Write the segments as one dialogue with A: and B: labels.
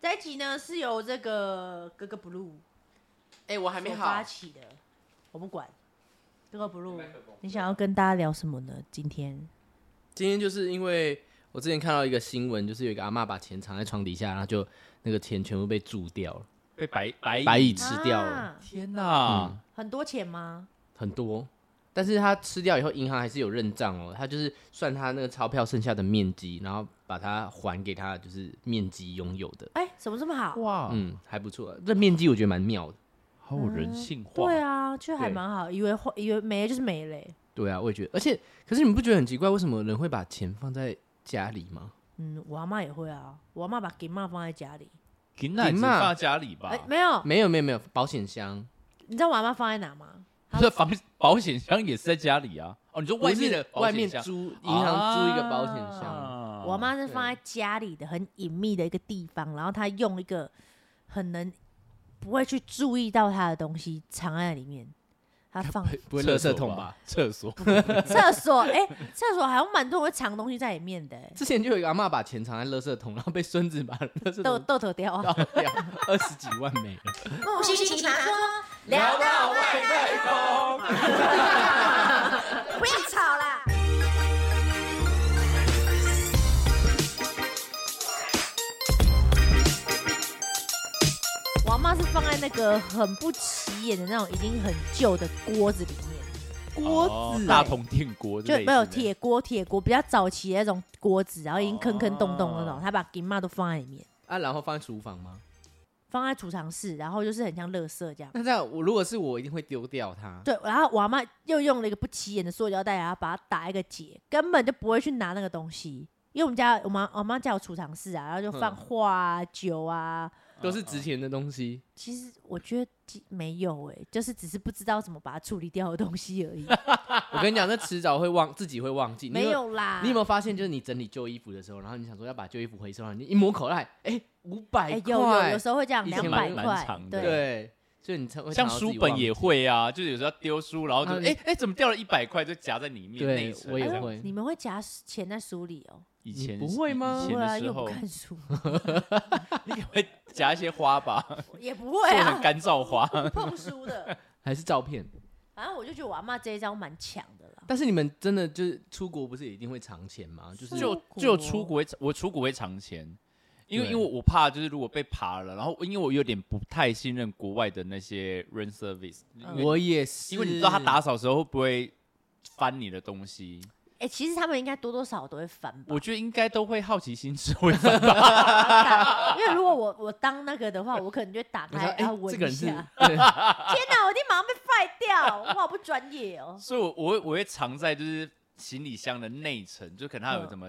A: 这一集呢是由这个哥哥 blue
B: 哎、我还没
A: 所
B: 好
A: 发，起的，我不管。哥哥 blue，
C: 麦克风
A: 你想要跟大家聊什么呢？今天
B: 今天就是因为我之前看到一个新闻，就是有一个阿嬷把钱藏在床底下，然后就那个钱全部被注掉了，
C: 被白白
B: 白嗯蚁吃掉了、
A: 啊
C: 天哪！
A: 很多钱吗？
B: 很多。但是他吃掉以后，银行还是有认账哦。他就是算他那个钞票剩下的面积，然后把它还给他，就是面积拥有的。
A: 哎、怎么这么好？
C: 哇，
B: 嗯，还不错。这面积我觉得蛮妙的。
C: 好有人性化。
A: 对啊，就还
B: 对
A: 蛮好，以为花以为没了欸就是没嘞、
B: 对啊，我也觉得。而且，可是你们不觉得很奇怪，为什么人会把钱放在家里吗？
A: 嗯，我阿妈也会啊，我阿妈把给妈放在家里，
C: 金奶子
B: 嘛
C: 放在家里吧
A: 哎、，没有，
B: 没有没有没有，保险箱
A: 你知道我阿妈放在哪吗？
C: 不是房保险箱也是在家里啊。哦，你说外面的
B: 不是
C: 保
B: 外
C: 险
B: 面
C: 箱，
B: 租银行租一个保险箱，
C: 啊
A: 我妈是
B: 哦对
A: 放在家里的很隐秘的一个地方，然后她用一个很能不会去注意到她的东西藏在里面。她放
B: 不会
C: 厕
B: 垃圾桶吧？？
C: 厕所
A: 厕所，哎、厕所好像蛮多人会藏东西在里面的、哎
B: 之前就有一个阿嬷把钱藏在垃圾桶，然后被孙子把垃圾
A: 豆
B: 桶
A: 豆头雕
C: 哦
A: 啊，
B: 倒掉，二十几万没了。
D: 木星哦奇葩说，
A: 聊
D: 到外太空，不要吵啦！
A: 我妈是放在那个很不起眼的那种已经很旧的锅子里面，锅
C: 哦
A: 子、
C: 大
A: 哎
C: 铜电锅之
A: 就
C: 类的
A: 没有铁锅，铁锅比较早期的那种锅子，然后已经坑坑洞洞那种，
C: 哦
A: 他把给妈都放在里面，
B: 啊，然后放在厨房吗？
A: 放在储藏室，然后就是很像垃圾这样。
B: 那这样，我如果是我，一定会丢掉它。
A: 对，然后我阿妈又用了一个不起眼的塑胶袋，然后把它打一个结，根本就不会去拿那个东西。因为我们家我妈我妈家有储藏室啊，然后就放
B: 嗯
A: 画啊、酒啊。
B: 都是值钱的东西。
A: 其实我觉得其没有哎、就是只是不知道怎么把它处理掉的东西而已，
B: 我跟你讲，那迟早会忘，自己会忘 记。你
A: 没。有啦。
B: 你有没有发现，就是你整理旧衣服的时候，然后你想说要把旧衣服回收，然后你一摸口袋，哎，五百
A: 哎、有有
B: 块
A: 有，时候会这样，
B: 以
A: 两
B: 前
A: 百
B: 蛮
C: 蛮
A: 块
C: 长，的
A: 对，
B: 对，所以你才会
C: 像
B: 常常自
C: 书
B: 己
C: 本
B: 忘
C: 也会啊，就是有时候要丢书，然后就
A: 嗯
B: 啊
C: 哎哎、怎么掉了一百块就夹在里面
B: 对
C: 那一层
B: 我也
C: 这样
B: 会
A: 哎你们会夹钱在书里哦、
C: 以前
B: 你不会吗
C: 以
A: 不
C: 前
A: 会啊，
C: 的
A: 因
C: 时
A: 为我
C: 候
A: 不看 书，
C: 会夹一些花吧，
A: 也不
C: 做
A: 会啊
C: 成，干燥花。
A: 不碰书 的。
B: 还是照片。
A: 反正我就觉得我阿妈这一招蛮强的 啦。
B: 但是你们真的就是出国，不是也一定会藏钱吗？就是
A: 出
C: 就
A: 国
C: 就出国会，我出国会藏钱，因为
B: 对
C: 因为我怕就是如果被扒了，然后因为我有点不太信任国外的那些 r e n service，因
A: 嗯
C: 为、
B: 我也是，
C: 因为你知道他打扫的时候会不会翻你的东西，
A: 哎、其实他们应该多多少少都会翻吧
C: 我，觉得应该都会好奇心是会翻 吧。
A: 打 因为如果我我当那个的话，我可能就会打
B: 我说，
A: 开
B: 哎
A: 然后，闻
B: 这个
A: 一
B: 人是
A: 下。
B: 对，
A: 天哪，我一定马上被 fire 掉，我好不专业哦、
C: 所以我，我会我会藏在就是行李箱的内层，就可能它有
A: 嗯
C: 什么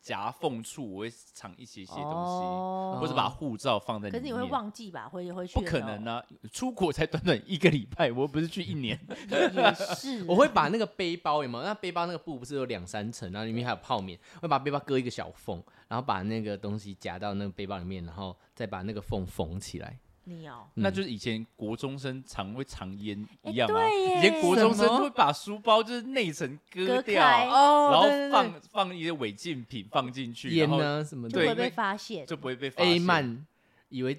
C: 夹缝处，我会藏一些些东西，
A: 哦
C: 或者把护照放在里
A: 可
C: 面。
A: 是你会忘哦记吧？回回去
C: 不
A: 的
C: 可
A: 时候
C: 能啊！出国才短短一个礼拜，我又不是去一年。
A: 也也是
B: 我会把那个背包有没有？那背包那个布不是有两三层，然后里面还有泡棉，我会把背包割一个小缝，然后把那个东西夹到那个背包里面，然后再把那个缝缝起来。
A: 你哦、
C: 那
B: 嗯
C: 就是以前国中生常会藏烟
A: 哎
C: 一样啊，
A: 对耶
C: 以前国中生
B: 什么
C: 都会把书包就是内层割
A: 割
C: 掉，啊
A: 开
B: 哦
C: 然后放放一些违禁品放进去，然
B: 烟
C: 后
B: 啊什么
A: 就
B: 的
C: 对
A: 会
C: 因为
A: 被发现。
C: 就不会被发现。
B: ，A 曼以为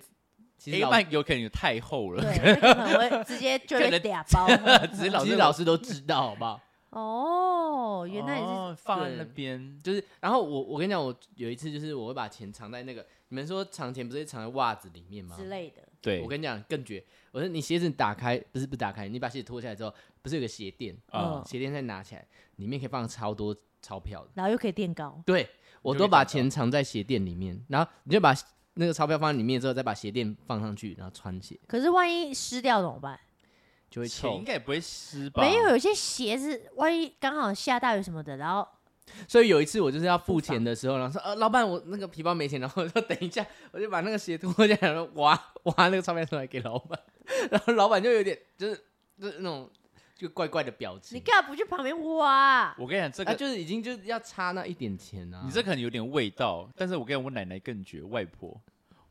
B: 其实
C: A
B: 老
C: 曼有可能有太厚了，
A: 对，那个可能会直接就
C: 可
A: 被
C: 能
A: 嗲包。
C: 只是老
B: 其
C: 师
B: 实老师都知道，好不 好？
A: 哦，原来你是
C: 哦放在
B: 对
C: 那边，
B: 就是，然后我我跟你讲，我有一次就是我会把钱藏在那个，你们说藏钱不是藏在袜子里面吗？
A: 之类的。
C: 对，
B: 我跟你讲更绝，我说你鞋子打开，不是不打开，你把鞋子脱下来之后，不是有个鞋垫，
C: 啊
A: 嗯
B: 鞋垫再拿起来，里面可以放超多钞票的。
A: 然后又可以垫高，
B: 对我
C: 就
B: 都
C: 可以
B: 把
C: 找到
B: 钱藏在鞋垫里面，然后你就把那个钞票放在里面之后，再把鞋垫放上去，然后穿鞋
A: 可是万一湿掉怎么办？
B: 就会
C: 钱
B: 臭
C: 应。该也不会湿吧？
A: 没有，有些鞋子万一刚好下大雨什么的，然后
B: 所以有一次我就是要付钱的时候，然后说呃老板我那个皮包没钱，然后我说等一下，我就把那个鞋脱下来，然后挖挖那个钞票出来给老板， 然后老板就有点就是就是那种就怪怪的表
A: 你
B: 情，
A: 干嘛不去旁边挖？
C: 我跟你讲这
B: 啊
C: 个，
B: 就是已经就是要差那一点钱啊。
C: 你这可能有点味道，但是我跟你讲我奶奶更绝，外婆，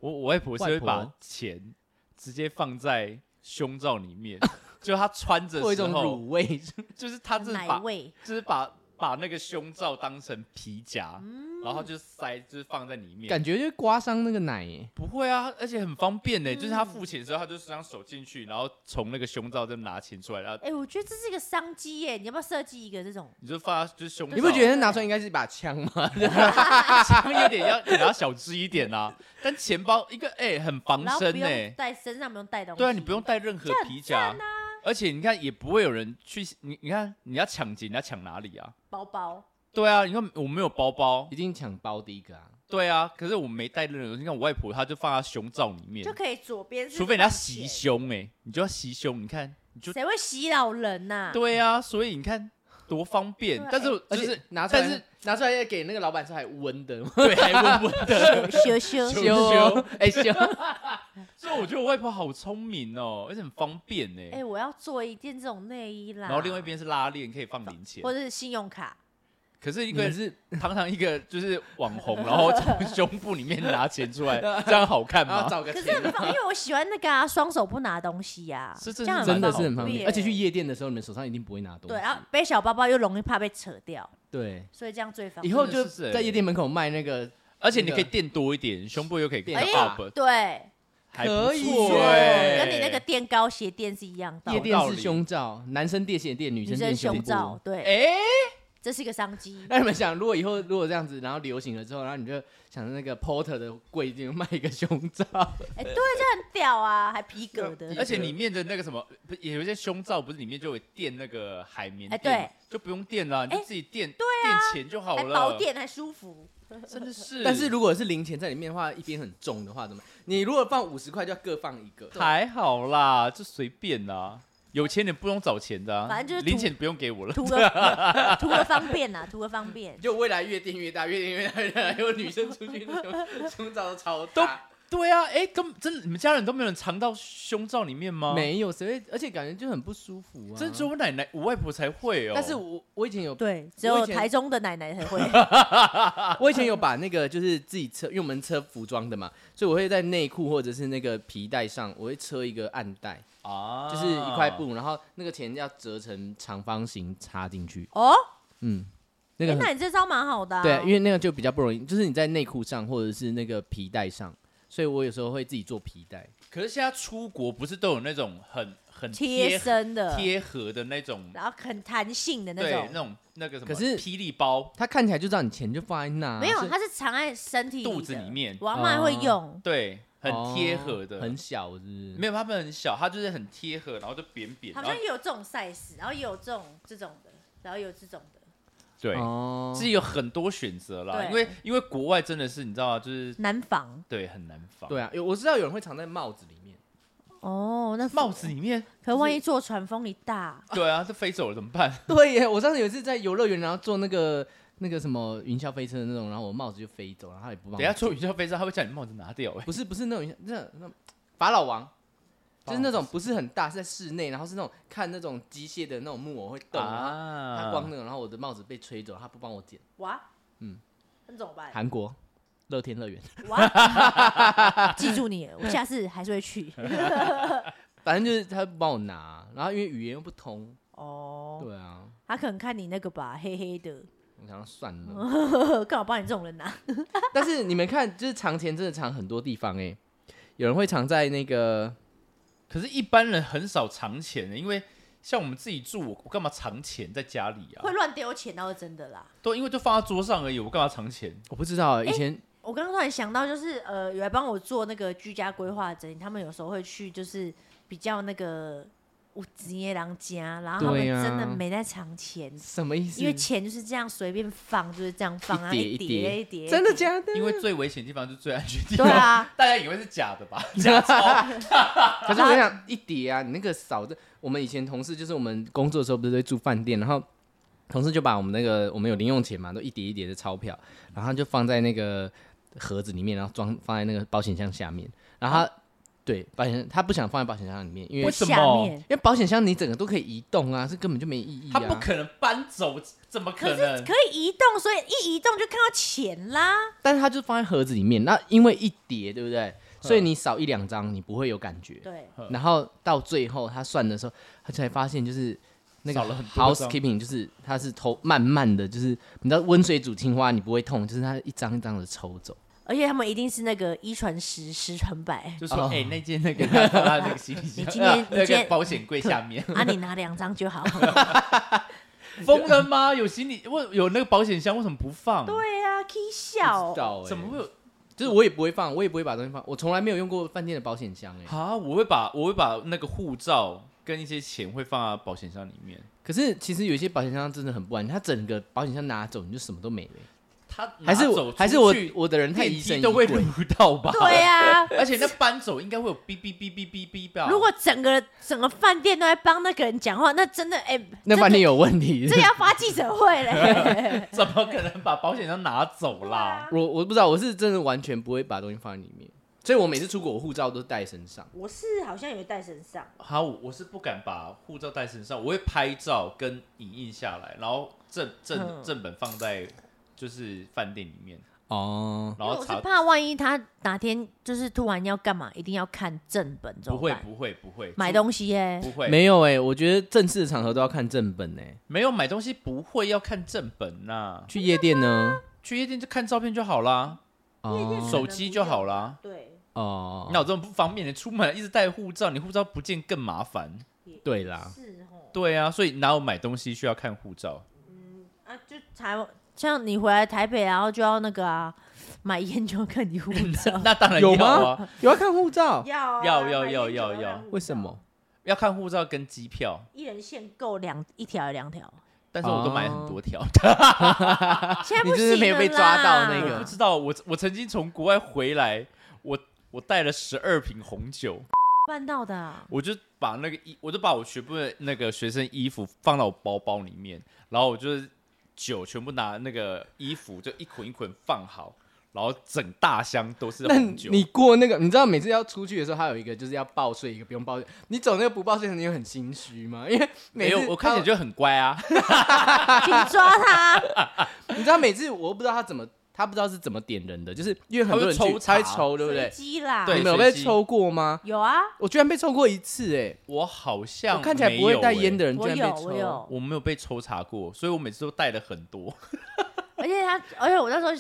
C: 我我外婆是会
B: 外婆
C: 把钱直接放在胸罩里面，就她穿着
B: 有一
C: 时
B: 种
C: 候，
B: 卤味，
C: 就是她就是
A: 奶
C: 把
A: 味
C: 就是把把那个胸罩当成皮夹，然后就塞，就是放在里面。
B: 感觉就刮伤那个奶耶。
C: 不会啊，而且很方便呢、
A: 嗯
C: 就是他付钱的时候，他就将手进去，然后从那个胸罩再拿钱出来，然后
A: 哎、我觉得这是一个商机耶，你要不要设计一个这种？
C: 你就放在就是胸罩。
B: 你不觉得拿出来应该是一把枪吗？
C: 得有点要 你要小只一点啊？但钱包一个哎、很防
A: 然后
C: 身
A: 不
C: 呢、
A: 用带身上不用带东西，
C: 欸
A: 啊
C: 对啊，你不用带任何皮夹，而且你看也不会有人去，你你看你要抢劫，你要抢哪里啊？
A: 包包，
C: 对啊，你看我没有包包
B: 一，定抢包第一个啊！
C: 对啊，可是我没带任何东西。你看我外婆她就放在胸罩里面
A: 就，可以左边是
C: 除非你要
A: 放
C: 袭
A: 钱，
C: 胸哎、你就要袭胸，你看你就
A: 谁会洗老人呐、
C: 对啊，所以你看多方便
A: 对啊，
C: 但是
B: 而
C: 就
B: 且
C: 是
B: 拿出来，
C: 但是
B: 拿出来要给那个老板是还温 的，
C: 对还温温的。
A: 羞羞
C: 啊羞
B: 修 哦哎修，
C: 所以我觉得我外婆好聪明哦，而且很方便
A: 哎、
C: 哎。
A: 我要做一件这种内衣啦。
C: 然后另外一边是拉链，可以放零钱
A: 或。者是信用卡，
C: 可是一
B: 你
C: 个
B: 们
C: 人是堂堂一个就是网红，然后从胸部里面拿钱出来， 这样好看
B: 然
C: 吗
B: 后？啊找个
A: 可
B: 钱
A: 是，很方，因为我喜欢那个啊，双手不拿东西呀、啊，
C: 是
A: 这
C: 这
A: 样
C: 是
B: 真的是很
A: 很
B: 方便，
A: 便，
B: 而且去夜店的时候，你们手上一定不会拿东西。
A: 对，啊然后背小包包又容易怕被扯掉，
B: 对，
A: 所以这样最方
B: 以
A: 便。
B: 后
C: 真
B: 就
C: 的是欸
B: 在夜店门口卖那个，
C: 而且你可以垫多一点，胸部又可以
B: 垫
A: 哎
C: 垫
B: 大
C: up，
A: 对，
C: 还不
B: 可以
C: 错
B: 耶
A: 哦
C: 哎。
A: 跟你那个垫高鞋垫是一样
B: 夜
A: 的，
B: 店
C: 道
B: 是
C: 理
B: 胸罩，男生垫鞋垫，女
A: 女
B: 生
A: 生
B: 垫
A: 胸
B: 胸
A: 罩
B: 罩。，
A: 对，
C: 哎，
A: 这是一个商机。
B: 那你们想，如果以后如果这样子，然后流行了之后，然后你就想着那个 Porter 的柜就卖一个胸罩，
A: 哎，对，这很屌啊，还皮革的，
C: 而且里面的那个什么，不也有一些胸罩，不是里面就有垫那个海绵
A: 哎
C: 垫，就不用垫了，你
A: 哎啊
C: 就自己垫，垫钱就好
A: 还
C: 了，
A: 薄垫还舒服。
C: 真的 是。
B: 但是如果是零钱在里面的话，一边很重的话怎么？你如果放五十块，就要各放一个。
C: 还好啦，就随便啦，有钱你不用找钱的啊，
A: 反正就是
C: 零
A: 图
C: 钱不用给我了。
A: 图个图个方便呐，图个方便。
B: 就未来越垫越大，越垫越大， 越来有女生出去 胸胸罩都超大，
C: 对啊，哎、根真的你们家人都没有人藏到胸罩里面吗？，
B: 没有谁会，而且感觉就很不舒服啊。
C: 真的只有我奶奶、我外婆才会哦。
B: 但是我我以前有，
A: 对，只
B: 我以
A: 有
B: 前
A: 台中的奶奶才 会。
B: 我以前有把那个就是自己车，因为我们车服装的嘛，所以我会在内裤或者是那个皮带上，我会车一个暗带，
C: 啊，
B: 就是一块，布，然后那个钱要折成长方形插进去，
A: 哦，
B: 嗯，那个
A: 哎
B: 很
A: 那你这招蛮好的啊。
B: 对，因为那个就比较不容易，就是你在内裤上或者是那个皮带上，所以我有时候会自己做皮带。
C: 可是现在出国不是都有那种很很
A: 贴
C: 合
A: 身的，
C: 贴合的那种，
A: 然后很弹性的那
C: 对，那
A: 种。
C: 种那个什么，
B: 可是
C: 霹雳包，
B: 它看起来就知道你钱就放在那，
A: 没有
B: 所，以
A: 它是藏在身体
C: 肚子
A: 的
C: 里面
A: 我阿妈会
B: 哦
A: 用。
C: 对，很贴
B: 哦
C: 合的，
B: 很小，是不是？
C: 没有他们很小，它就是很贴合，然后就扁扁，
A: 好
C: 然
A: 像
C: 后
A: 也有这种 size，然后也有这种这种的，然后有这种的。
C: 对，
B: 哦，
C: 是有很多选择啦，
A: 对
C: 因为因为国外真的是你知道吗？就是
A: 南纺
C: 对很难防。
B: 对啊，有我知道有人会藏在帽子里 面，
A: 哦，那
C: 帽子，里面，
A: 可万一做船风力大，
C: 对啊，这飞走了怎么办？
B: 对 耶，我上次有一次在游乐园，然后坐那个那个什么云霄飞车的那种，然后我帽子就飞走，然后他也不帮我
C: 等一下坐云霄飞车，他会叫你帽子拿掉、 欸，
B: 不是不是那种云霄那那法老王。就是那
C: 法老
B: 种不是很大，是在室内，然后是那种看那种机械的那种木偶会动，啊、
C: 啊
B: 他光那个，然后我的帽子被吹走，他不帮我捡。
A: 哇，
B: 嗯，
A: 那怎么办？
B: 韩国乐天乐园，
A: 哇， 记住你了，我下次还是会去。
B: 反正就是他不帮我拿，然后因为语言又不通，
A: 哦，
B: 对啊，
A: 他可能看你那个吧，黑黑的，
B: 我想说算 了。
A: 刚好帮你这种人拿。
B: 但是你们看，就是藏钱真的藏很多地方哎、有人会藏在那个
C: 可是，一般人很少藏钱欸的、因为像我们自己住，我我干嘛藏钱在家里啊
A: 会？乱丢钱倒是真的啦。
C: 都因为就放在桌上而已，我干嘛藏钱？
B: 我不知道、欸以前、
A: 我刚刚突然想到，就是呃，有来帮我做那个居家规划整理，他们有时候会去就是比较那个呃五职业郎家，然后他们
B: 对啊
A: 真的没在藏钱，
B: 什么意思？
A: 因为钱就是这样随便放，就是这样放啊，
B: 一
A: 一
B: 叠
A: 叠
B: 一
A: 一叠，
B: 真的假的？
C: 因为最危险的地方就是最安全的地方。
A: 对，啊，
C: 大家以为是假的吧？
B: 啊可是我想一叠啊，你那个扫的，我们以前同事就是我们工作的时候不是都会住饭店，然后同事就把我们那个我们有零用钱嘛，都一叠一叠的钞票，然后他就放在那个盒子里面，然后装放在那个保险箱下面，然后他、对保险箱他不想放在保险箱里面，因为
C: 为什么
A: 下面
B: 因为保险箱你整个都可以移动啊，这根本就没意义、啊。
C: 他不可能搬走，怎么
A: 可是
C: 能
A: 可？以移动，所以一移动就看到钱啦。
B: 但是它就放在盒子里面，那因为一叠，对不对？所以你少一两张，你不会有感觉。
A: 对，
C: 嗯
B: 然后到最后他算的时候，他才发现就是那个
C: 少了很多张
B: housekeeping，就是它是抽慢慢的，就是你知道温水煮青蛙你不会痛，就是它一张一张的抽走。
A: 而且他们一定是那个一传十，十传百。
C: 就
B: 哦
C: 说哎，那件那个他放在那个行李箱
A: 你今天
C: 呃
A: 你
C: 那
A: 今
C: 个
A: 天
C: 保险柜下面，
A: 啊，你拿两张就 好。
C: 疯了吗？有行李，为有那个保险箱为什么不放？
A: 对呀、啊，k
B: 不知
A: 笑。
B: 道欸
C: 怎么会有？
B: 就是我也不会放，我也不会把东西放，我从来没有用过饭店的保险箱哎、
C: 啊，我会把我会把那个护照跟一些钱会放在保险箱里面。
B: 可是其实有一些保险箱真的很不安，它整个保险箱拿走你就什么都没了欸、
C: 他
B: 还是我还是我我的人太
C: 电
B: 疑神
C: 梯
B: 疑
C: 都会
B: 鬼
C: 撸到吧？
A: 对啊呀、
C: 而且那搬走应该会有哔哔哔哔哔哔吧？
A: 如果整个整个饭店都在帮那个人讲话，那真的哎，
B: 那
A: 真的
B: 饭店有问题。
A: 这个要发记者会嘞。
C: 怎么可能把保险箱拿走
A: 啊
C: 啦？
B: 我我不知道，我是真的完全不会把东西放在里面，所以我每次出国，我护照都带身上。
A: 我是好像有带身上，
C: 好，我我是不敢把护照带身上，我会拍照跟影印下来，然后正正
A: 嗯
C: 正本放在就是饭店里面，
B: 哦，
C: 然
A: 因为
C: 后
A: 我是
C: 查
A: 怕万一他哪天就是突然要干嘛，一定要看正本，怎
C: 不
A: 么
C: 会
A: 办？
C: 不会不会
A: 买
C: 就
A: 东西耶、
C: 不会
B: 没有哎、我觉得正式的场合都要看正本哎、
C: 没有买东西不会要看正本呐、
B: 去夜店呢，
C: 去夜店就看照片就好啦，
A: 嗯
B: 哦
C: 手机就好啦。
A: 对，
B: 哦，
C: 那我这种不方便的，出门一直带护照，你护照不见更麻烦。
B: 对啦，
A: 是哦，
C: 对啊，所以哪有买东西需要看 护照？
A: 啊，就台湾像你回来台北，然后就要那个啊，买烟就要看你护照，
C: 那当然
B: 有
C: 要啊，
B: 吗？有要看护照？
A: 要啊
C: 要要要要啊要，
A: 买烟酒看护照
B: 为什？么？
C: 要看护照跟机票，
A: 一人限购两一条还是两 条，
C: 但是我都
B: 哦
C: 买很多条。
A: 现在
B: 你
A: 不
B: 真是
A: 行
B: 没有
A: 了
B: 被抓到
A: 啦
B: 那
C: 我
B: 个
C: 不知道，我我曾经从国外回来，我我带了十二瓶红酒，
A: 办到的啊、
C: 我就把那个衣，我就把我全部的那个学生衣服放到我包包里面，然后我就是酒全部拿那个衣服就一捆一捆放好，然后整大箱都是
B: 那
C: 红酒。
B: 你过那个，你知道每次要出去的时候，还有一个就是要报税，一个不用报税。你走那个不报税的，你有很心虚吗？因为每
C: 没
B: 次
C: 有，我看起来就很乖 啊。
A: 请抓他，
B: 你知道每次我不知道他怎么，他不知道是怎么点人的，就是因为很多人
C: 他会
B: 去
C: 抽查
B: 他会抽，对不
A: 随
B: 对？
A: 机啦，
C: 对
B: 你们有
C: 随
B: 被
C: 机
B: 抽过吗？
A: 有啊，
B: 我居然被抽过一次、欸，
C: 我好像
B: 我看起来不会带烟
C: 的，
B: 的人居
A: 我
B: 然被
A: 有
B: 抽。
A: 我有，
C: 我没有被抽查过，所以我每次都带了很多。
A: 而且他，而且我那时候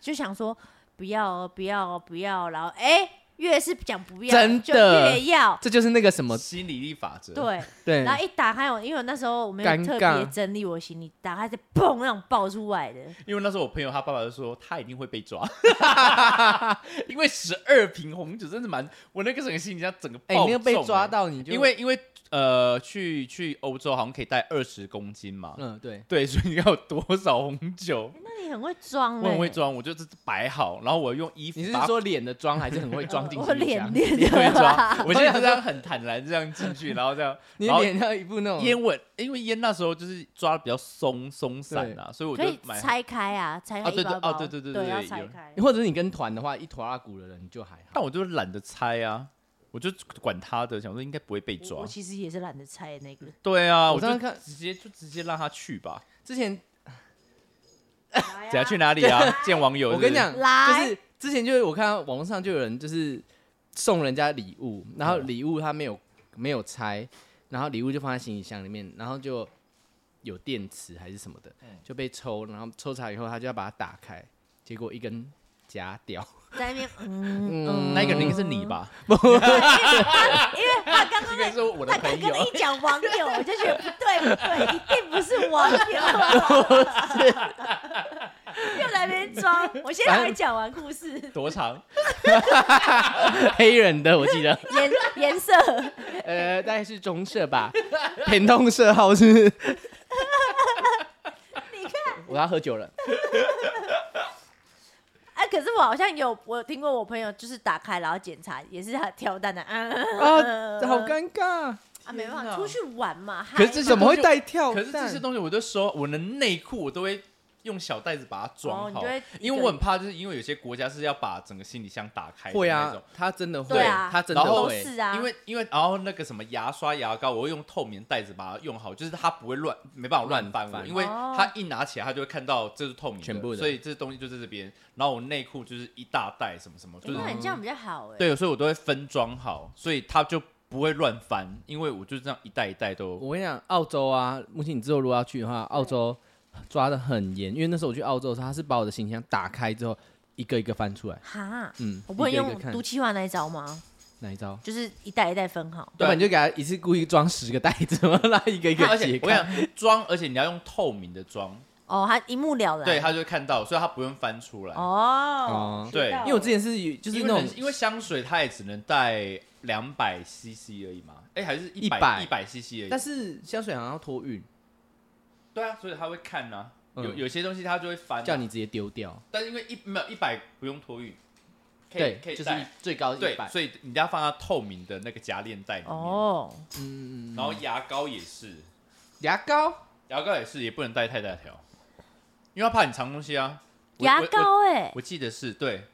A: 就想说，不要哦不要哦不要哦，然后哎、越是讲不要，
B: 真
A: 就
B: 的
A: 越要。
B: 这就是那个什么
C: 心理力法则，，
A: 对，
B: 对
A: 然后一打开我，因为我那时候我没有
B: 尴
A: 特别
B: 尬
A: 整理我行李，打开是砰那种爆出来的，
C: 因为那时候我朋友他爸爸就说他一定会被抓， 因为十二瓶红酒真的蛮，我那个整个行李箱整个
B: 哎、
C: 爆重、
B: 你那个被抓
C: 哎，
B: 到你就
C: 因为因为呃去去欧洲好像可以带二十公斤嘛，
B: 嗯对，
C: 对，所以你要有多少红酒？
A: 那你很会装、欸，
C: 我很会装，我就是摆好，然后我用衣服
B: 你是
C: 把它
B: 说脸的妆还是很会
A: 呃，
B: 装进
A: 我
B: 行李
A: 脸啊
B: 箱？
A: 脸
C: 不会 抓，我
B: 我
C: 现
B: 想
C: 在这 样很坦然这样进去，然后这样
B: 你
C: 然后
B: 脸要一副那种
C: 烟味，因为烟那时候就是抓的比较松松散啊，所以我
A: 可
C: 就
A: 以
C: 买
A: 拆开啊，拆开
C: 啊对
A: 一包
C: 对
A: 一包
C: 哦对对对
A: 对
C: 对
A: 要
C: 有
A: 拆开。
B: 或者是你跟团的话，一坨拉鼓的人就还好。
C: 但我就懒得猜啊，我就管他的，想说应该不会被
A: 我
C: 抓
A: 我。其实也是懒得拆的那 个，
C: 对啊，
B: 我
C: 我就
B: 刚刚看
C: 直接就直接让他去吧。
B: 之前
A: 来啊
C: 等下去哪里啊？见网友是
B: 我
C: 不是
B: 跟你，讲，
A: 来
B: 就是之前就是我看到网络上就有人就是送人家礼物，然后礼物他没有没有拆，然后礼物就放在行李箱里面，然后就有电池还是什么的，就被抽，然后抽查以后他就要把它打开，结果一根夹掉，
A: 在那边，嗯
B: 嗯
A: 嗯，
C: 那个人应该是你吧？
A: 对，因为他因为他刚刚
C: 应该是我的
A: 他刚
C: 朋
A: 刚
C: 友。
A: 一讲网友，我就觉得不对不对，一定不是网友，又来边装。我现在还没讲完故事，
C: 多长？
B: 黑人的我记得，
A: 颜颜色，
B: 呃，大概是棕色吧，偏痛色 号是。你看，我要喝酒了，
A: 哎、可是我好像有我有听过我朋友就是打开然后检查，也是他挑蛋的，啊
B: 啊，好尴尬。
A: 啊，没办
C: 天
A: 法，
C: 哪
A: 出去玩嘛，
C: 可
A: 嗨
C: 是这些
B: 怎么会
C: 东西
B: 带跳
C: 可是这
B: 蛋
C: 些东西我都说，我的内裤我都会用小袋子把它
A: 哦
C: 装
A: 你
C: 好
A: 就会，
C: 因为我很怕，就是因为有些国家是要把整个行李箱打开的
B: 会
C: 那
B: 啊
C: 种。，
B: 他真的会，
A: 对啊
B: 他真
C: 然
B: 的
C: 后
B: 会。
A: 是啊，
C: 因为因为然后那个什么牙刷牙膏，我会用透明袋子把它用好，就是它不会乱，没办法乱翻我，
B: 嗯乱翻
C: 因为
A: 哦
C: 它一拿起来，它就会看到这是透明的，
B: 全部的
C: 所以这东西就在这边。然后我内裤就是一大袋什么什么，
A: 哎
C: 就是、
A: 那你这样比较好哎、
C: 对，所以我都会分装好，所以它就不会乱翻，因为我就这样一袋一袋都
B: 我跟你讲，澳洲啊，目前你之后如果要去的话，澳洲抓的很严，因为那时候我去澳洲的时候，他是把我的行李箱打开之后，一个一个翻出来，
A: 哈，
B: 嗯，
A: 我不能
B: 一个一
A: 用
B: 个看
A: 毒气化那一招吗？
B: 哪一招？
A: 就是一袋一袋分好，
B: 要不然你就给他一次故意装十个袋子嘛， 然后一个一个
C: 啊而且
B: 解
C: 我跟你
B: 开。
C: 讲装，而且你要用透明的装，
A: 哦，它一目了然。
C: 对，他就会看到，所以他不用翻出来。
A: 哦
B: 哦，
A: 学
C: 嗯对
A: 到
B: 因为我之前是有就是
C: 因
B: 那
C: 为
B: 种
C: 人因为香水它也只能带两百 CC 而已嘛，哎、还是一
B: 100
C: 百一百 CC 而已。
B: 但是香水好像要托运，
C: 对啊，所以他会看啊，
B: 嗯
C: 有有些东西他就会翻、啊
B: 叫，你直接丢掉。
C: 但是因为一没有一百不用托运，可以
B: 对，
C: 可以
B: 就是一
C: 带，
B: 最高一
C: 对，
B: 百。
C: 所以你要放到透明的那个夹链袋里面。
A: 哦，
B: 嗯，
C: 然后牙膏也是，
B: 牙膏，
C: 牙膏也是，也不能带太大条，因为他怕你藏东西啊。我
A: 牙
C: 我我
A: 膏哎，
C: 我记得是对，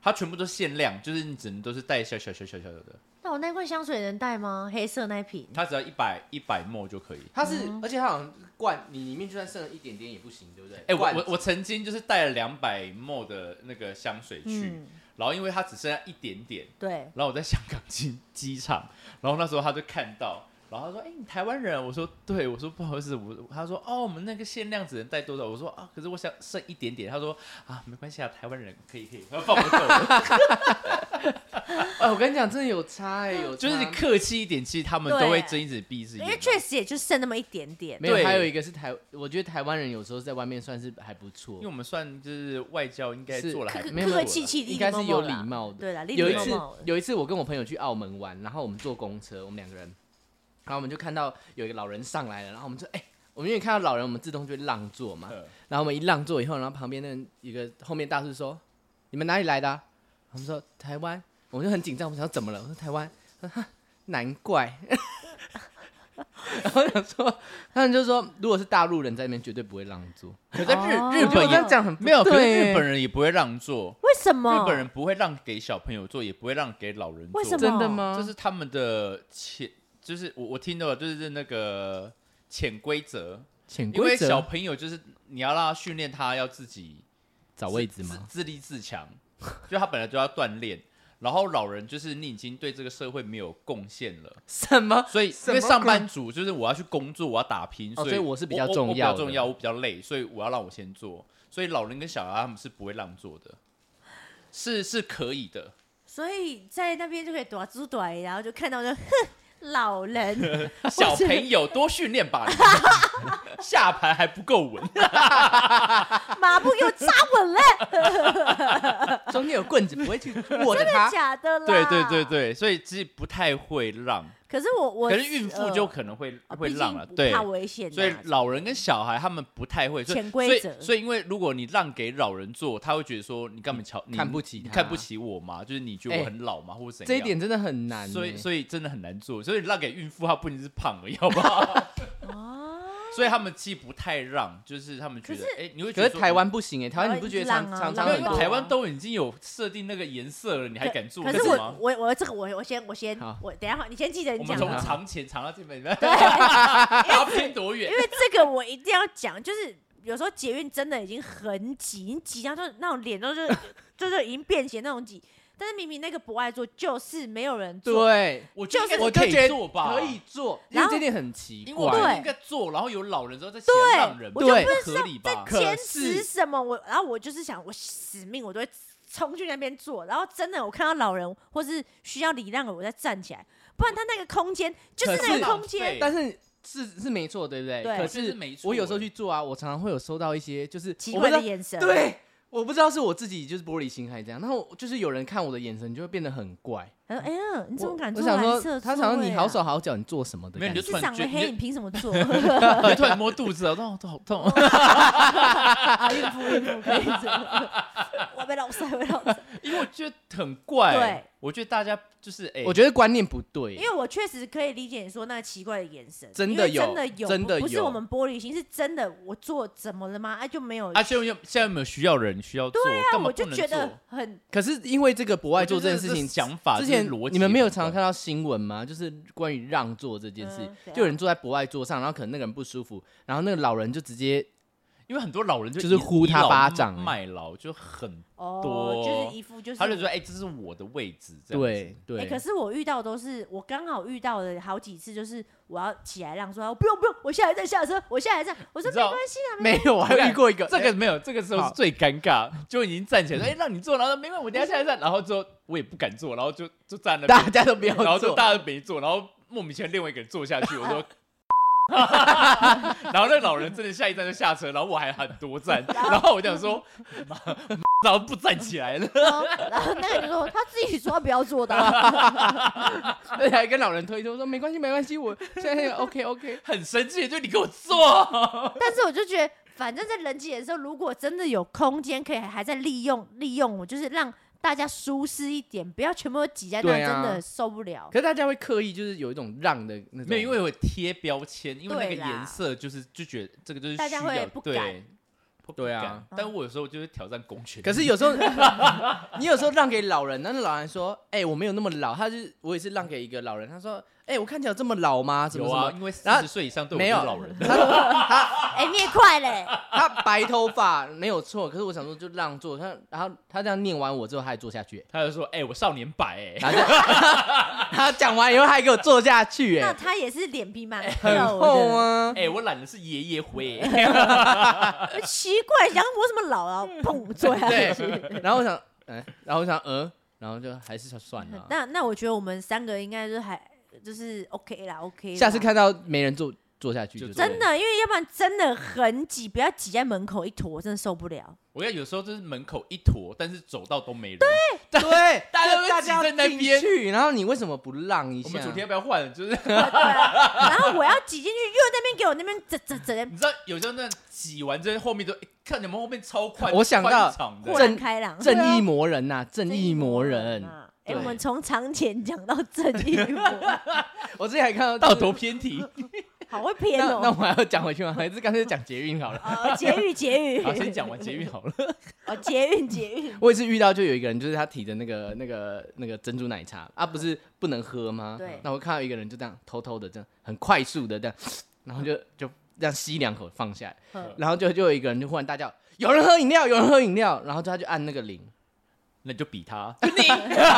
C: 它全部都限量，就是你只能都是带小小小小小的，
A: 那我那罐香水能带吗？黑色那一瓶，
C: 它只要一百一百沫就可以。
B: 它是，
A: 嗯
B: 而且它好像罐，你里面就算剩了一点点也不行，对不对？
C: 哎、我
B: 罐
C: 我我曾经就是带了两百沫的那个香水去，
A: 嗯，
C: 然后因为它只剩下一点点，
A: 对，
C: 然后我在香港机机场，然后那时候他就看到，然后他说：“哎、你台湾人？”我说：“对。”我说：“不好意思，我。”他说：“哦，我们那个限量只能带多少？”我说：“啊，可是我想剩一点点。”他说：“啊，没关系啊，台湾人可以可以。”他啊放我走，
B: 哎、我跟你讲，真的有差哎、有差
C: 就是你客气一点，其实他们
A: 对
C: 都会睁一只眼闭一只
A: 因
C: 眼。
A: 为确实也就剩那么一点点
B: 没。有，
C: 对
B: 还有一个是台，我觉得台湾人有时候在外面算是还不错
C: 因为，啊我们算就是外交应该
B: 是
C: 做了还
A: 客
C: 不
B: 没有
A: 客
B: 没
A: 客
B: 有
A: 气气，
B: 应该是有礼貌的
A: 对啦，
B: 有
A: 礼
B: 一
A: 貌
B: 次
A: 貌的。
B: 有一次我跟我朋友去澳门玩，然后我们坐公车，我们两个人，然后我们就看到有一个老人上来了，然后我们就哎、我们因为看到老人，我们自动就会让座嘛，
C: 嗯
B: 然后我们一让座以后，然后旁边那人一个后面大叔说：“你们哪里来的啊、我们说：“台湾。”我们就很紧张，我们想说怎么了？我说：“台湾。”他说哈难怪。 然后我想说，他们就说，如果是大陆人在那边，绝对不会让座。
C: 可在日、
A: 哦
C: 日
A: 我觉得
C: 本
A: 这
C: 也
A: 样讲
B: 很
C: 没有，可是
B: 对
C: 日本人也不会让座，
A: 为什么？
C: 日本人不会让给小朋友坐，也不会让给老人坐。
A: 为什么？
B: 真的吗？
C: 这是他们的潜，就是我我听到的就是那个潜规则，
B: 潜
C: 因为
B: 规
C: 小
B: 则，
C: 朋友就是你要让他训练他要自己
B: 找位置
C: 自
B: 吗？
C: 自立自强， 就他本来就要锻炼。然后老人就是你已经对这个社会没有贡献了，
B: 什么？
C: 所以
B: 什
C: 因
B: 么
C: 为上班族就是我要去工作，我要打拼，
B: 哦
C: 所
B: 所以我
C: 我
B: 是比较
C: 我
B: 重
C: 我比
B: 要
C: 较
B: 的
C: 重要，我比较累，所以我要让我先做。所以老人跟小孩他们是不会让座的，是是可以的。
A: 所以在那边就可以短猪短，然后就看到就哼老 人，
C: 小朋友多训练吧，你下盘还不够 稳。
A: 马步给我扎稳 了，
B: 中间有棍子，不会去握着它。
A: 假的啦。
C: 啊对对对。对， 所以其实不太会让，
A: 可是我我
C: 可是孕妇就可能会、
A: 呃
C: 会
A: 毕
C: 让
A: 竟
C: 了，
A: 不
C: 对
A: 怕。危险啊，
C: 所以老人跟小孩他们不太会，所以
A: 潜规则
C: 所以所以因为如果你让给老人做，他会觉得说你干嘛
A: 嗯
C: 瞧你
B: 看不起他
C: 你看不起我吗？就是你觉得
B: 哎
C: 我很老吗？或者怎样？
B: 这一点真的很难欸。
C: 所以所以真的很难做。所以让给孕妇，她不仅是胖 了，要不好？
A: 哦，
C: 所以他们既不太让，就是他们觉得
A: 可是
C: 哎、你会觉
B: 可是
C: 得说
B: 台。湾不行哎、台湾你不觉得
A: 台湾
B: 常
A: 一直浪啊浪
B: 常常
C: 没有
B: 很
C: 因
B: 多
C: 为台湾都已经有设定那个颜色了，你还
A: 可
C: 敢做
A: 可
C: 这
A: 是
C: 个吗
A: 我？我我这个我我先我先
B: 好
A: 我等一下你先记得
C: 我
A: 你
C: 们
A: 讲啊
C: 从
A: 的，
C: 藏钱藏到这边，
A: 对，
C: 要偏多远
A: 因？为这个我一定要讲，就是有时候捷运真的已经很挤，你挤到就是那种脸都是就是已经变形那种挤，但是明明那个不爱做，就是没有人做，
B: 对，
C: 我
A: 就
C: 觉
A: 是
C: 得应该
B: 我就
C: 可
B: 觉得
C: 以做吧，
B: 可以，做，因
A: 然
B: 为
A: 后
B: 这点很奇
C: 因为我
A: 对
B: 怪。
C: 们应该做，然后有老人之后再起
A: 对
C: 来让人，
A: 我
B: 就对
C: 不合理吧？
B: 啊可
A: 坚
B: 是
A: 持什么我，然后我就是想我使命，我都会冲去那边做，然后真的我看到老人或是需要礼让的，我再站起来，不然他那个空间就是
B: 可
A: 那
B: 是
A: 个空间，
B: 但是是是没错，对不对？
A: 对
B: 可
C: 我觉得
B: 是
C: 是没错欸
B: 我有时候去做啊，我常常会有收到一些就是
A: 奇
B: 我不
A: 怪
B: 知道
A: 的眼神，，
B: 对，我不知道是我自己就是玻璃心还是怎样，然后就是有人看我的眼神就会变得很怪。
A: 他说哎呀，你怎么
B: 我
A: 敢
B: 我
A: 做
B: 想
A: 蓝
B: 说，
A: 色座位啊？
B: 他想说你好手好脚，你做什么的
C: 没有
B: 感
C: 你
B: 觉？
C: 就
A: 你是长得
C: 你就
A: 黑，你凭什么做？
C: 你突然摸肚子了，痛痛痛！
A: 啊，孕妇孕妇可以做， 我被老师我被老师，
C: 因为我觉得很怪，
A: 对，
C: 我觉得大家就是哎，
B: 我
C: 得
B: 觉得观念不对，
A: 因为我确实可以理解你说那个奇怪的眼神，
B: 真
A: 因
B: 的
A: 为
B: 有
A: 真的有，
B: 真的
A: 不不是
B: 有
A: 我们玻璃心，是真的。我做怎么了吗？啊，就没有，
C: 啊，现在有现在有没有需要人需要做，
A: 啊
C: 干嘛
A: 我就
C: 不能
A: 觉
C: 做？
A: 得很
B: 可是因为这个不爱
C: 我觉
B: 做
C: 得
B: 这件事情，
C: 这想法
B: 之前
C: 这是逻辑
B: 你们没有
C: 很
B: 常常
C: 怪
B: 看到新闻吗？就是关于让座这件事
A: 嗯，对啊
B: 就有人坐在博爱座上，然后可能那个人不舒服，然后那个老人就直接
C: 因为很多老人就
B: 就是
C: 倚
B: 呼他
C: 倚老
B: 巴掌欸
C: 卖老就很，
A: 哦，就
C: 多
A: 是一副就是
C: 他就说哎、这是我的位置，这样
B: 对
C: 子，
A: 哎、
B: 对，
A: 可是我遇到都是我刚好遇到的好几次，就是我要起来让说，哦我不用不用，我下来再下车，我下来再，我说
C: 你知
A: 没
C: 道
A: 关系啊，
B: 没有，我还遇过一个
C: 这个没有，这个时候
B: 好
C: 是最尴尬，就已经站起来说：“ 哎、让你坐。”然后说没问题，我等一下下来站。然后之后我也不敢坐，然后就就站那边，
B: 哎大家都不要
C: 然后就
B: 做，
C: 大家都没坐，然后莫名其妙另外一个人坐下去。我说， 然后那老人真的下一站就下车，然后我还喊 多站，然后我就想说，妈，然后不站起来了。
A: 然后哦 然后那个人就说他自己说他不要做的啊、
B: 而且还跟老人推脱说没关系没关系，我 现在 OK OK。
C: 很生气，就你给我坐，
A: 但是我就觉得，反正在人挤的时候，如果真的有空间可以还在利用利用我，就是让大家舒适一点，不要全部都挤在那，
B: 对
A: 真
B: 啊
A: 的受不了。
B: 可是大家会刻意就是有一种让的那种，
C: 没有，因为我贴标签，因为那
A: 对
C: 个
A: 啦
C: 颜色就是就觉得这个就是
A: 大家
C: 需要
A: 会不
C: 对
A: 敢
C: 不
B: 对啊
C: 敢但我有时候就是挑战公权力，
B: 可是有时候 你有时候让给老人，但是老人说，哎、我没有那么老，他是我也是让给一个老人，他说，哎、我看起来有这么老吗？什么
C: 有
B: 什
C: 啊，
B: 么？
C: 因为四
B: 然后
C: 十岁以上对我
B: 没
C: 就是
B: 有
C: 老人。
B: 他说他
A: 哎、你也快 嘞、
B: 他白头发没有错，可是我想说就让座，他然后他这样念完我之后，他还坐下去、
C: 他就说：“哎、我少年白、
B: 然
C: 哎，
B: 后就他讲完以后他还给我坐下去、
A: 那
B: 哎，
A: 他也是脸皮蛮厚
B: 很厚
A: 的，
B: 啊
C: 哎、。我染的是爷爷灰、
A: 奇怪，想我怎么老了、砰坐下
B: 对
A: 去。
B: 然后我想，嗯、然后我想，呃，然后就还是算了啊、
A: 那那我觉得我们三个应该就是还就是 OK 啦，OK 啦。
B: 下次看到没人坐坐下去
C: 就
B: 就
C: 坐
B: 对
A: 真的，因为要不然真的很挤，不要挤在门口一坨，我真的受不 了。
C: 我看有时候就是门口一坨，但是走道都没人。
B: 对，
C: 大家
B: 就
C: 都会
B: 大
C: 挤
B: 家
C: 在那
B: 进
C: 边
B: 去，然后你为什么不让一下？
C: 我们主题要不要换？就是
A: 啊然后我要挤进去，又在那边给我那边整整整
C: 你知道，有时候那挤完之后，后面就、哎看你们后面超快，
B: 我想到
C: 宽敞
A: 豁
C: 的，
A: 然开朗。
B: 正义魔人呐、正义魔人。
A: 啊哎、
B: 对
A: 我们从长前讲到正义魔，
B: 我之前还看到
C: 到
B: 就是
C: 头偏题。
A: 好会偏
B: 那那我
A: 哦。
B: 还要讲回去吗？还是干脆讲捷运好了。
A: 哦，捷运捷运，
C: 好，先讲完捷运 好了。
A: 哦，捷运捷运，
B: 我也是遇到，就有一个人，就是他提的那个、那个、那个珍珠奶茶啊，不是不能喝吗？
A: 嗯对
B: 那我看到一个人就这样偷偷的这样，很快速的这样，然后就就这样吸两口放下来，
A: 嗯
B: 然后就就有一个人就忽然大叫：“有人喝饮料，有人喝饮料！”然后他就按那个铃，
C: 那你就比他，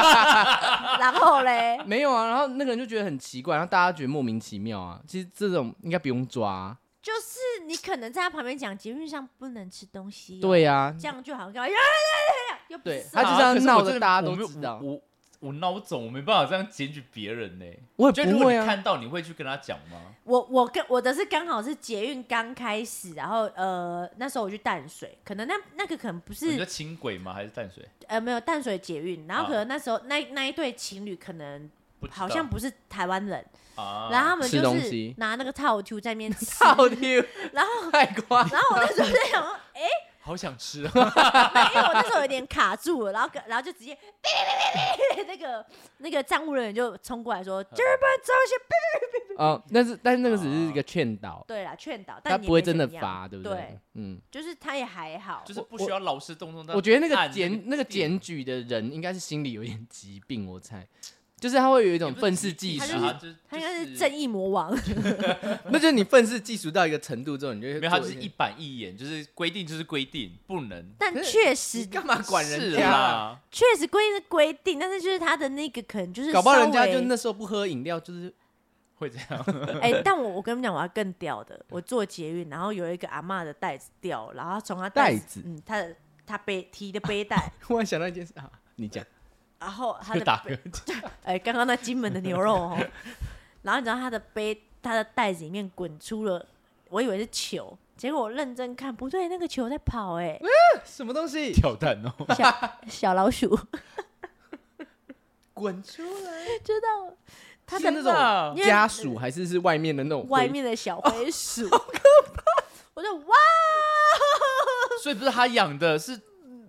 A: 然后嘞，
B: 没有啊，然后那个人就觉得很奇怪，然后大家觉得莫名其妙啊。其实这种应该不用抓、啊，
A: 就是你可能在他旁边讲，捷运上不能吃东西、哦
B: 对，啊呀、
A: 这样就哎好像干嘛呀呀呀呀呀，又不
B: 对
A: 是
B: 他就
A: 哦
B: 是要
C: 啊可是我
B: 闹得
C: 真的
B: 大家
C: 我
B: 都
C: 没有
B: 知道
C: 我我我孬种，我没办法这样检举别人呢、
B: 我
C: 就
B: 也
C: 如
B: 不
C: 果
B: 会
C: 你
B: 啊。
C: 看到，你会去跟他讲吗？
A: 我我跟我的是刚好是捷运刚开始，然后呃那时候我去淡水，可能那那个可能不
C: 你
A: 是
C: 说轻轨吗？还是淡水？
A: 呃没有淡水捷运，然后
C: 啊
A: 可能那时候、那那一对情侣可能
C: 不知道
A: 好像不是台湾人，
C: 啊，
A: 然后他们
B: 吃
A: 就
B: 东
A: 是
B: 西
A: 拿那个套 Q 在 面吃，
B: 操你！
A: 然后
B: 太夸张
A: 然后我那时候在想说，哎、
C: 好想吃、啊。
A: 因为我那时候有点卡住了，然后跟然后就直接那个那个站务人员就冲过来
B: 嗯
A: 说，就是不能吃东西。
B: 哦，但是但是那个只是一个劝导，
A: 对啦，劝导，哦
B: 他
A: 但你也
B: 不会
A: 没
B: 真的
A: 怎样
B: 罚，对不
A: 对
B: 对？？嗯，
A: 就是他也还好，
C: 就是不需要劳师动众地按
B: 我
C: 个
B: 觉
C: 电。
B: 得那个检那个检举的人应该是心里有点疾病，我猜，就是他会有一种愤世嫉
A: 他
B: 俗
A: 就，是
C: 啊是
A: 他应该是正义魔王。
B: 那就是你愤世嫉俗到一个程度之后，你就会
C: 没有，他
B: 做
C: 就是
B: 些
C: 一板一眼，就是规定就是规定，不能
A: 但
B: 可是
A: 确
B: 你
A: 实，
B: 干嘛管人
C: 是
B: 家啊？
C: 啦，
A: 确实规定是规定，但是就是他的那个可能就是
B: 搞不好人
A: 稍
B: 家
A: 微
B: 就那时候不喝饮料，就是
C: 会这样。
A: 哎、但我我跟你们讲，我要更屌的，我坐捷运，然后有一个阿嬷的袋子掉，然后她从她
B: 袋
A: 子
B: 子，
A: 嗯，她的她背提的 背带，
B: 忽然想到一件事啊，你讲
A: 然后她
C: 就
A: 的
C: 打
A: 背，哎，刚刚那金门的牛肉哦，然后你知道她的背，她的袋子里面滚出了，我以为是球，结果我认真看，不对，那个球在跑、哎，
B: 什么东西
C: 跳蛋哦，
A: 小老鼠，
B: 滚出来？
A: 知道她
B: 是
A: 的
B: 那
C: 啊
B: 种家属还是是外面的那种
A: 外
B: 灰
A: 面的小灰鼠，我就哇
C: 所以不是他养的，是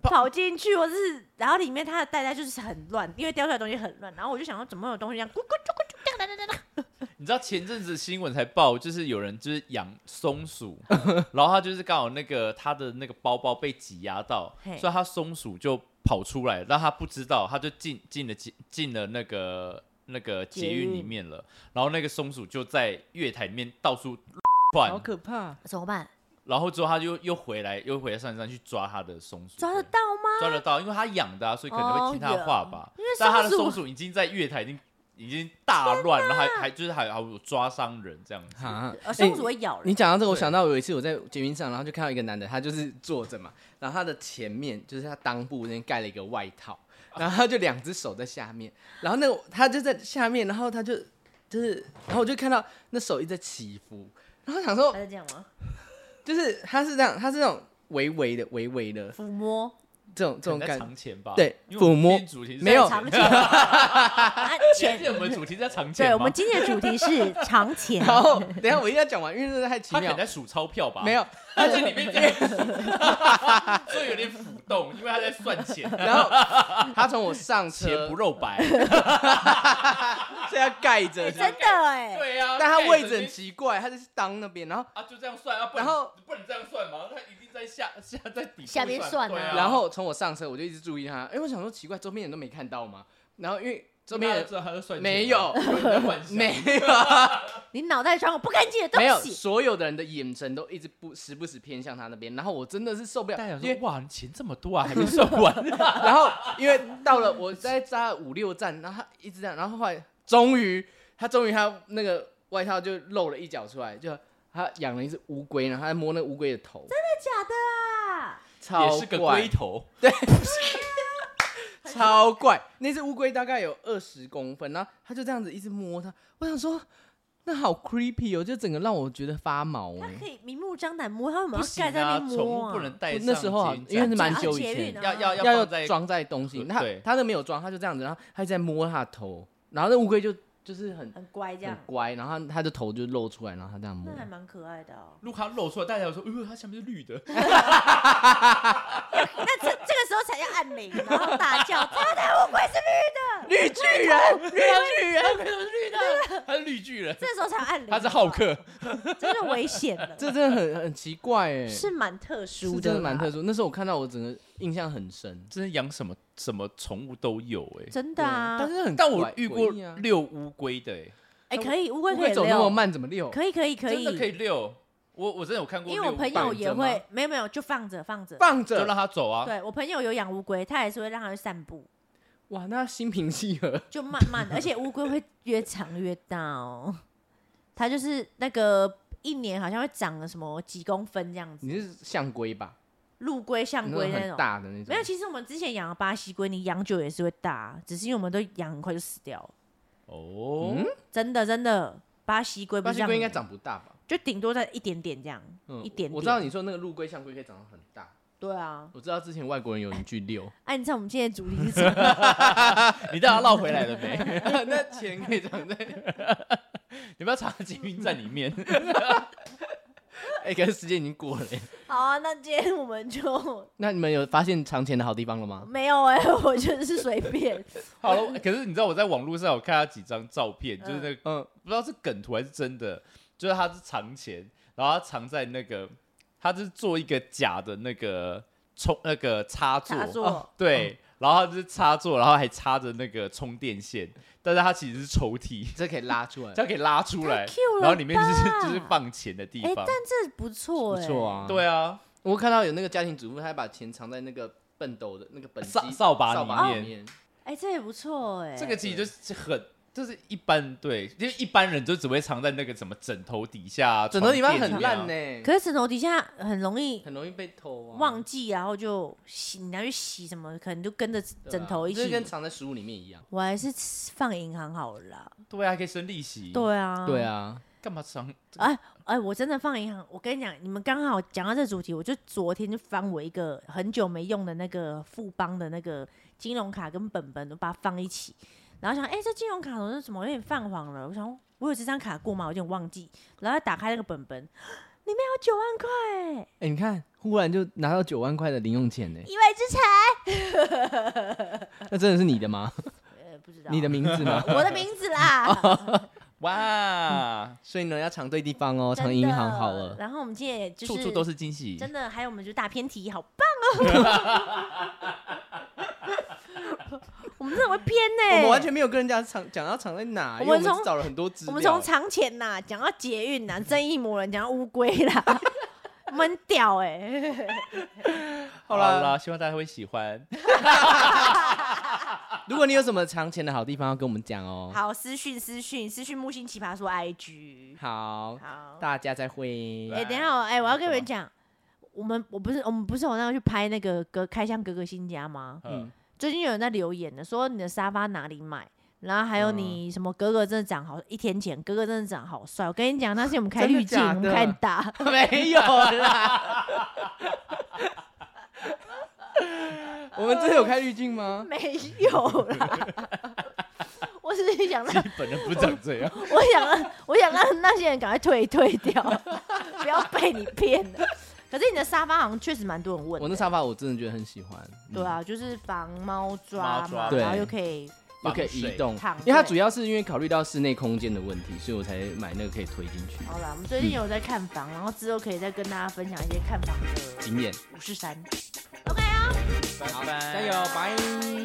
A: 跑进去，我是然后里面它的袋袋就是很乱，因为掉下来的东西很乱，然后我就想说怎么会有东西这样咕咕咕咕咕哒哒哒哒哒，
C: 你知道前阵子新闻才报，就是有人就是养松鼠，然后他就是刚好那个他的那个包包被挤压到
A: 嘿，
C: 所以他松鼠就跑出来，但他不知道，他就进进了捷进了那个那个捷运里面了，然后那个松鼠就在月台里面到处乱
B: 好可怕！
A: 怎么办？
C: 然后之后他就又回来，又回来上山去抓他的松鼠，
A: 抓得哦到吗？
C: 抓得到，因为他养的啊，所以可能会听他的话吧。
A: 因为
C: 但他的
A: 松
C: 松
A: 鼠
C: 鼠已经在月台已经已经大乱，然后还还就是还还有抓伤人这样子。
B: 啊
A: 呃，松鼠会咬人
B: 你。讲到这个，我
C: 对
B: 想到有一次我在捷运上，然后就看到一个男的，他就是坐着嘛，然后他的前面就是他裆部那边盖了一个外套，然后他就两只手在下面，然后那个他就在下面，然后他就就是，然后我就看到那手一直在起伏，然后想说
C: 哎
A: 他，在这样吗？
B: 就是他是这样，他是那种微微的、微微的
A: 抚摸，
B: 这种这种
C: 可能
B: 感
C: 在藏钱吧，
B: 对
C: 因为
B: 抚
C: 我们
B: 摸
C: 今天主题是
B: 没有
C: 在
A: 藏钱，啊
C: 钱，
A: 钱
C: 我们主题在藏钱
A: 对，
C: 吗
A: 我们今天的主题是藏钱。
B: 然后等一下我一定要讲完，因为真的太奇
C: 他可能
B: 妙。
C: 在数钞票吧？
B: 没，有，
C: 他在里面这样数， 所以有点浮动，因为他在算钱，
B: 然后他从我上
C: 钱
B: 车
C: 不，露白。
B: 是要盖着
A: 哎，
B: 这样，
A: 真的哎，
C: 对啊呀，
B: 但他
C: 盖着
B: 位
C: 那
B: 置很
C: 边
B: 奇怪，他就是裆那边，然后。
C: 啊，就这样算啊，不
B: 然后
C: 不能这样算嘛，他一定在下下在底部
A: 下面算啊
C: 对啊，
B: 然后从我上车，我就一直注意他，因为哎我想说奇怪，周边人都没看到吗？然后因为周边
C: 大家
B: 人
C: 知道他在算钱吗
B: 没有
C: 你在幻想
B: 没 有
A: 你脑袋装有不干净的东
B: 没有，
A: 西，
B: 所有的人的眼神都一直不时不时偏向他那边，然后我真的是受不
C: 大家
B: 了，
C: 想
B: 因
C: 说
B: 为
C: 哇，你钱这么多啊，还没算完，
B: 然后因为到了我在扎了五六站，然后他一直这样，然后后来终于他终于他那个外套就露了一角出来，就他养了一只乌龟，然后他在摸那乌龟的头，
A: 假的啊！
B: 超
C: 也是个
B: 怪
C: 龟头，
B: 超怪。那只乌龟大概有二十公分，然后它就这样子一直摸它，我想说那好 creepy 哦，就整个让我觉得发毛
A: 他
B: 哎、
A: 可以明目张胆摸，他为什么
C: 不
A: 要
C: 行
A: 盖在那
C: 啊，
A: 边
C: 宠
A: 摸
C: 物
A: 啊？
C: 不能带
B: 我
C: 上
B: 那时候好
C: 捷运
B: 因为是
C: 站
B: 蛮
A: 啊
B: 久以
A: 捷运
B: 前
A: 啊
C: 要要
B: 要
C: 放在
B: 装在东西，它
C: 对
B: 它那没有装，它就这样子，然后它一直在摸它的头，然后那乌龟就就是很
A: 很乖这
B: 很
A: 样，
B: 乖，然后它它的头就露出来，然后它这样摸
A: 哎那，还蛮可爱的哦。
C: 如果它露出来，大家说，呃，它下面是绿的，
A: 哎那这这个时候才叫按铃，然后大叫：“他的乌龟是绿的
B: 绿巨人，绿巨人，
C: 它是绿巨！”人，
A: 这时啊候才按铃，
C: 它是浩，克，
A: 真是危险的，
B: 这真的很很奇怪哎、
A: 是蛮特殊
B: 是真的蛮特
A: 殊，
B: 殊，那时候我看到我整个印象很深，
C: 真的养什么什么宠物都有哎，
A: 真的啊。
B: 但是很
C: 但我
B: 怪
C: 遇过
B: 诡异啊
C: 遛乌龟的哎，
A: 哎，可以，乌龟
B: 乌
A: 可
B: 龟
A: 以
B: 走那么
A: 溜，
B: 慢，怎么溜？
A: 可以可以可
C: 真的可
A: 以，
C: 以遛，我我真的有看过
A: 因
C: 遛乌
A: 为
C: 龟，
A: 我朋友也
B: 绑着
A: 会，没有没有，就放着放着。
B: 放
C: 就
B: 着
C: 让它走啊，
A: 对我朋友有养乌龟，他也是会让它去散步，
B: 哇，那心平气和，
A: 就 慢慢的，而且乌龟会越长越大哦。它就是那个一年好像会长了什么几公分这样子，
B: 你是象龟吧？
A: 陆龟、象龟那
B: 那种很
A: 种。
B: 大的那种，
A: 没有，其实我们之前养的巴西龟，你养久也是会大，啊只是因为我们都养很快就死掉了。
C: 哦，
B: 嗯
A: 真的真的，巴西龟不
B: 巴
A: 是
B: 西
A: 让
B: 龟应该
A: 你，
B: 长不大吧？
A: 就顶多在一点点这样，
B: 嗯，
A: 一点点。
B: 我知道你说那个陆龟、象龟可以长得很大，
A: 对啊，
B: 我知道之前外国人有人去 遛，
A: 按照我们今天的主题是什 么？
C: 你带它绕回来了没？
B: 那钱可以长在，
C: 你不要藏在捷运站里面。
B: 哎，可是时间已经过了耶。
A: 好啊，那今天我们就
B: 那你们有发现藏钱的好地方了吗？
A: 没有哎、 我就是随便。
C: 好了，可是你知道我在网络上有看他几张照片，就是那个
B: 嗯，
C: 不知道是梗图还是真的，就是他是藏钱，然后他藏在那个，他是做一个假的那个充那个插座，
A: 插座
B: 啊
C: 哦对，然后他就是插座，然后还插着那个充电线，但是它其实是抽屉，
B: 这可以拉出来，
C: 它可以拉出来
A: 太 cute，了
C: 然后里面就是
A: 吧
C: 就是放钱的地
A: 哎、
C: 方
A: 但，这不错
B: 不
A: 哎、
B: 错。啊。，
C: 对啊，
B: 我看到有那个家庭主妇，她还把钱藏在那个笨斗的那个本机
C: 扫扫把
B: 扫把
C: 里
B: 里
C: 面，
B: 面，
A: 哎、这也不错哎、
C: 这个其实就是很。就是一般对，因为一般人就只会藏在那个什么枕头底下啊、
B: 整个地方
C: 床
B: 很
C: 垫里面啊
B: 烂欸呢，
A: 可是枕头底下很容易
B: 很容易被偷啊。
A: 忘记，然后就洗，你拿去洗什么，可能就跟着
B: 对啊
A: 枕头一
B: 就是
A: 起。
B: 跟藏在食物里面一样。
A: 我还是吃放银行好了啦。
C: 对啊，还可以生利息。，
A: 对啊，
B: 对。啊，
C: 干嘛藏？
A: 哎哎，我真的放银行。我跟你讲，你们刚好讲到这主题，我就昨天就翻我一个很久没用的那个富邦的那个金融卡跟本本，我把它放一起，然后想，哎、这金融卡好像怎么有点泛黄了？我想，我有这张卡过吗？我有点忘记。然后打开那个本本，里面有九万块、欸，
B: 哎，你看，忽然就拿到九万块的零用钱呢，
A: 意外之财。
B: 那真的是你的吗？
A: 呃，不知道
B: 你的名哦字吗？
A: 我的名字 啦，
C: 哇，
B: 所以呢，要藏对地方哦，
A: 真的
B: 藏银行好了。
A: 然后我们今天也就是
C: 处处都是惊喜。
A: 真的，还有我们就大偏题，好 棒哦！ 我们真的会偏呢、
B: 我们完全没有跟人家藏讲到藏在哪，因为
A: 我
B: 我
A: 们从
B: 们找了很多资
A: 我
B: 料。
A: 们从长浅呐讲到捷运呐，正义魔人讲到乌龟啦， 我们很屌哎、
C: 好
B: 啦
C: 啦，希望大家会喜欢。
B: 如果你有什么藏钱的好地方，要跟我们讲哦。
A: 好，私讯私讯私讯木星奇葩说 IG。
B: 好，
A: 好，
B: 大家再会。
A: 哎、等一下哦，哎、我要跟你
C: 干
A: 们
C: 嘛
A: 讲，我们我不是我们不是有那样去拍那个格开箱格格新家吗？
C: 嗯
B: 嗯，
A: 最近有人在留言的，说你的沙发哪里买，然后还有
B: 嗯
A: 你什么格格真的长好，一天前格格真的长好帅。我跟你讲，那是我们开
B: 真的
A: 滤镜，
B: 假
A: 我们
B: 的
A: 开很大。
B: 没有啦。我们真的有开滤镜吗？
A: 没有啦， 我只是想让，
C: 本人不是长这样，
A: 我想让，我想让那些人赶快退退掉， 不要被你骗了。可是你的沙发好像确实蛮多人问
B: 我
A: 的，
B: 那沙发我真的觉得很喜欢，嗯
A: 对啊，就是防猫抓
C: 猫抓
A: 嘛，
B: 对
A: 然后又可以，
B: 又可以移动
A: 防水，
B: 因为它主要是因为考虑到室内空间的问题，所以我才买那个可以推进去
A: 好啦，我们最近有在看房，然后之后可以再跟大家分享一些看房的
B: 经验。
A: 五十三。
B: 好，
C: 拜拜
B: 加油，拜。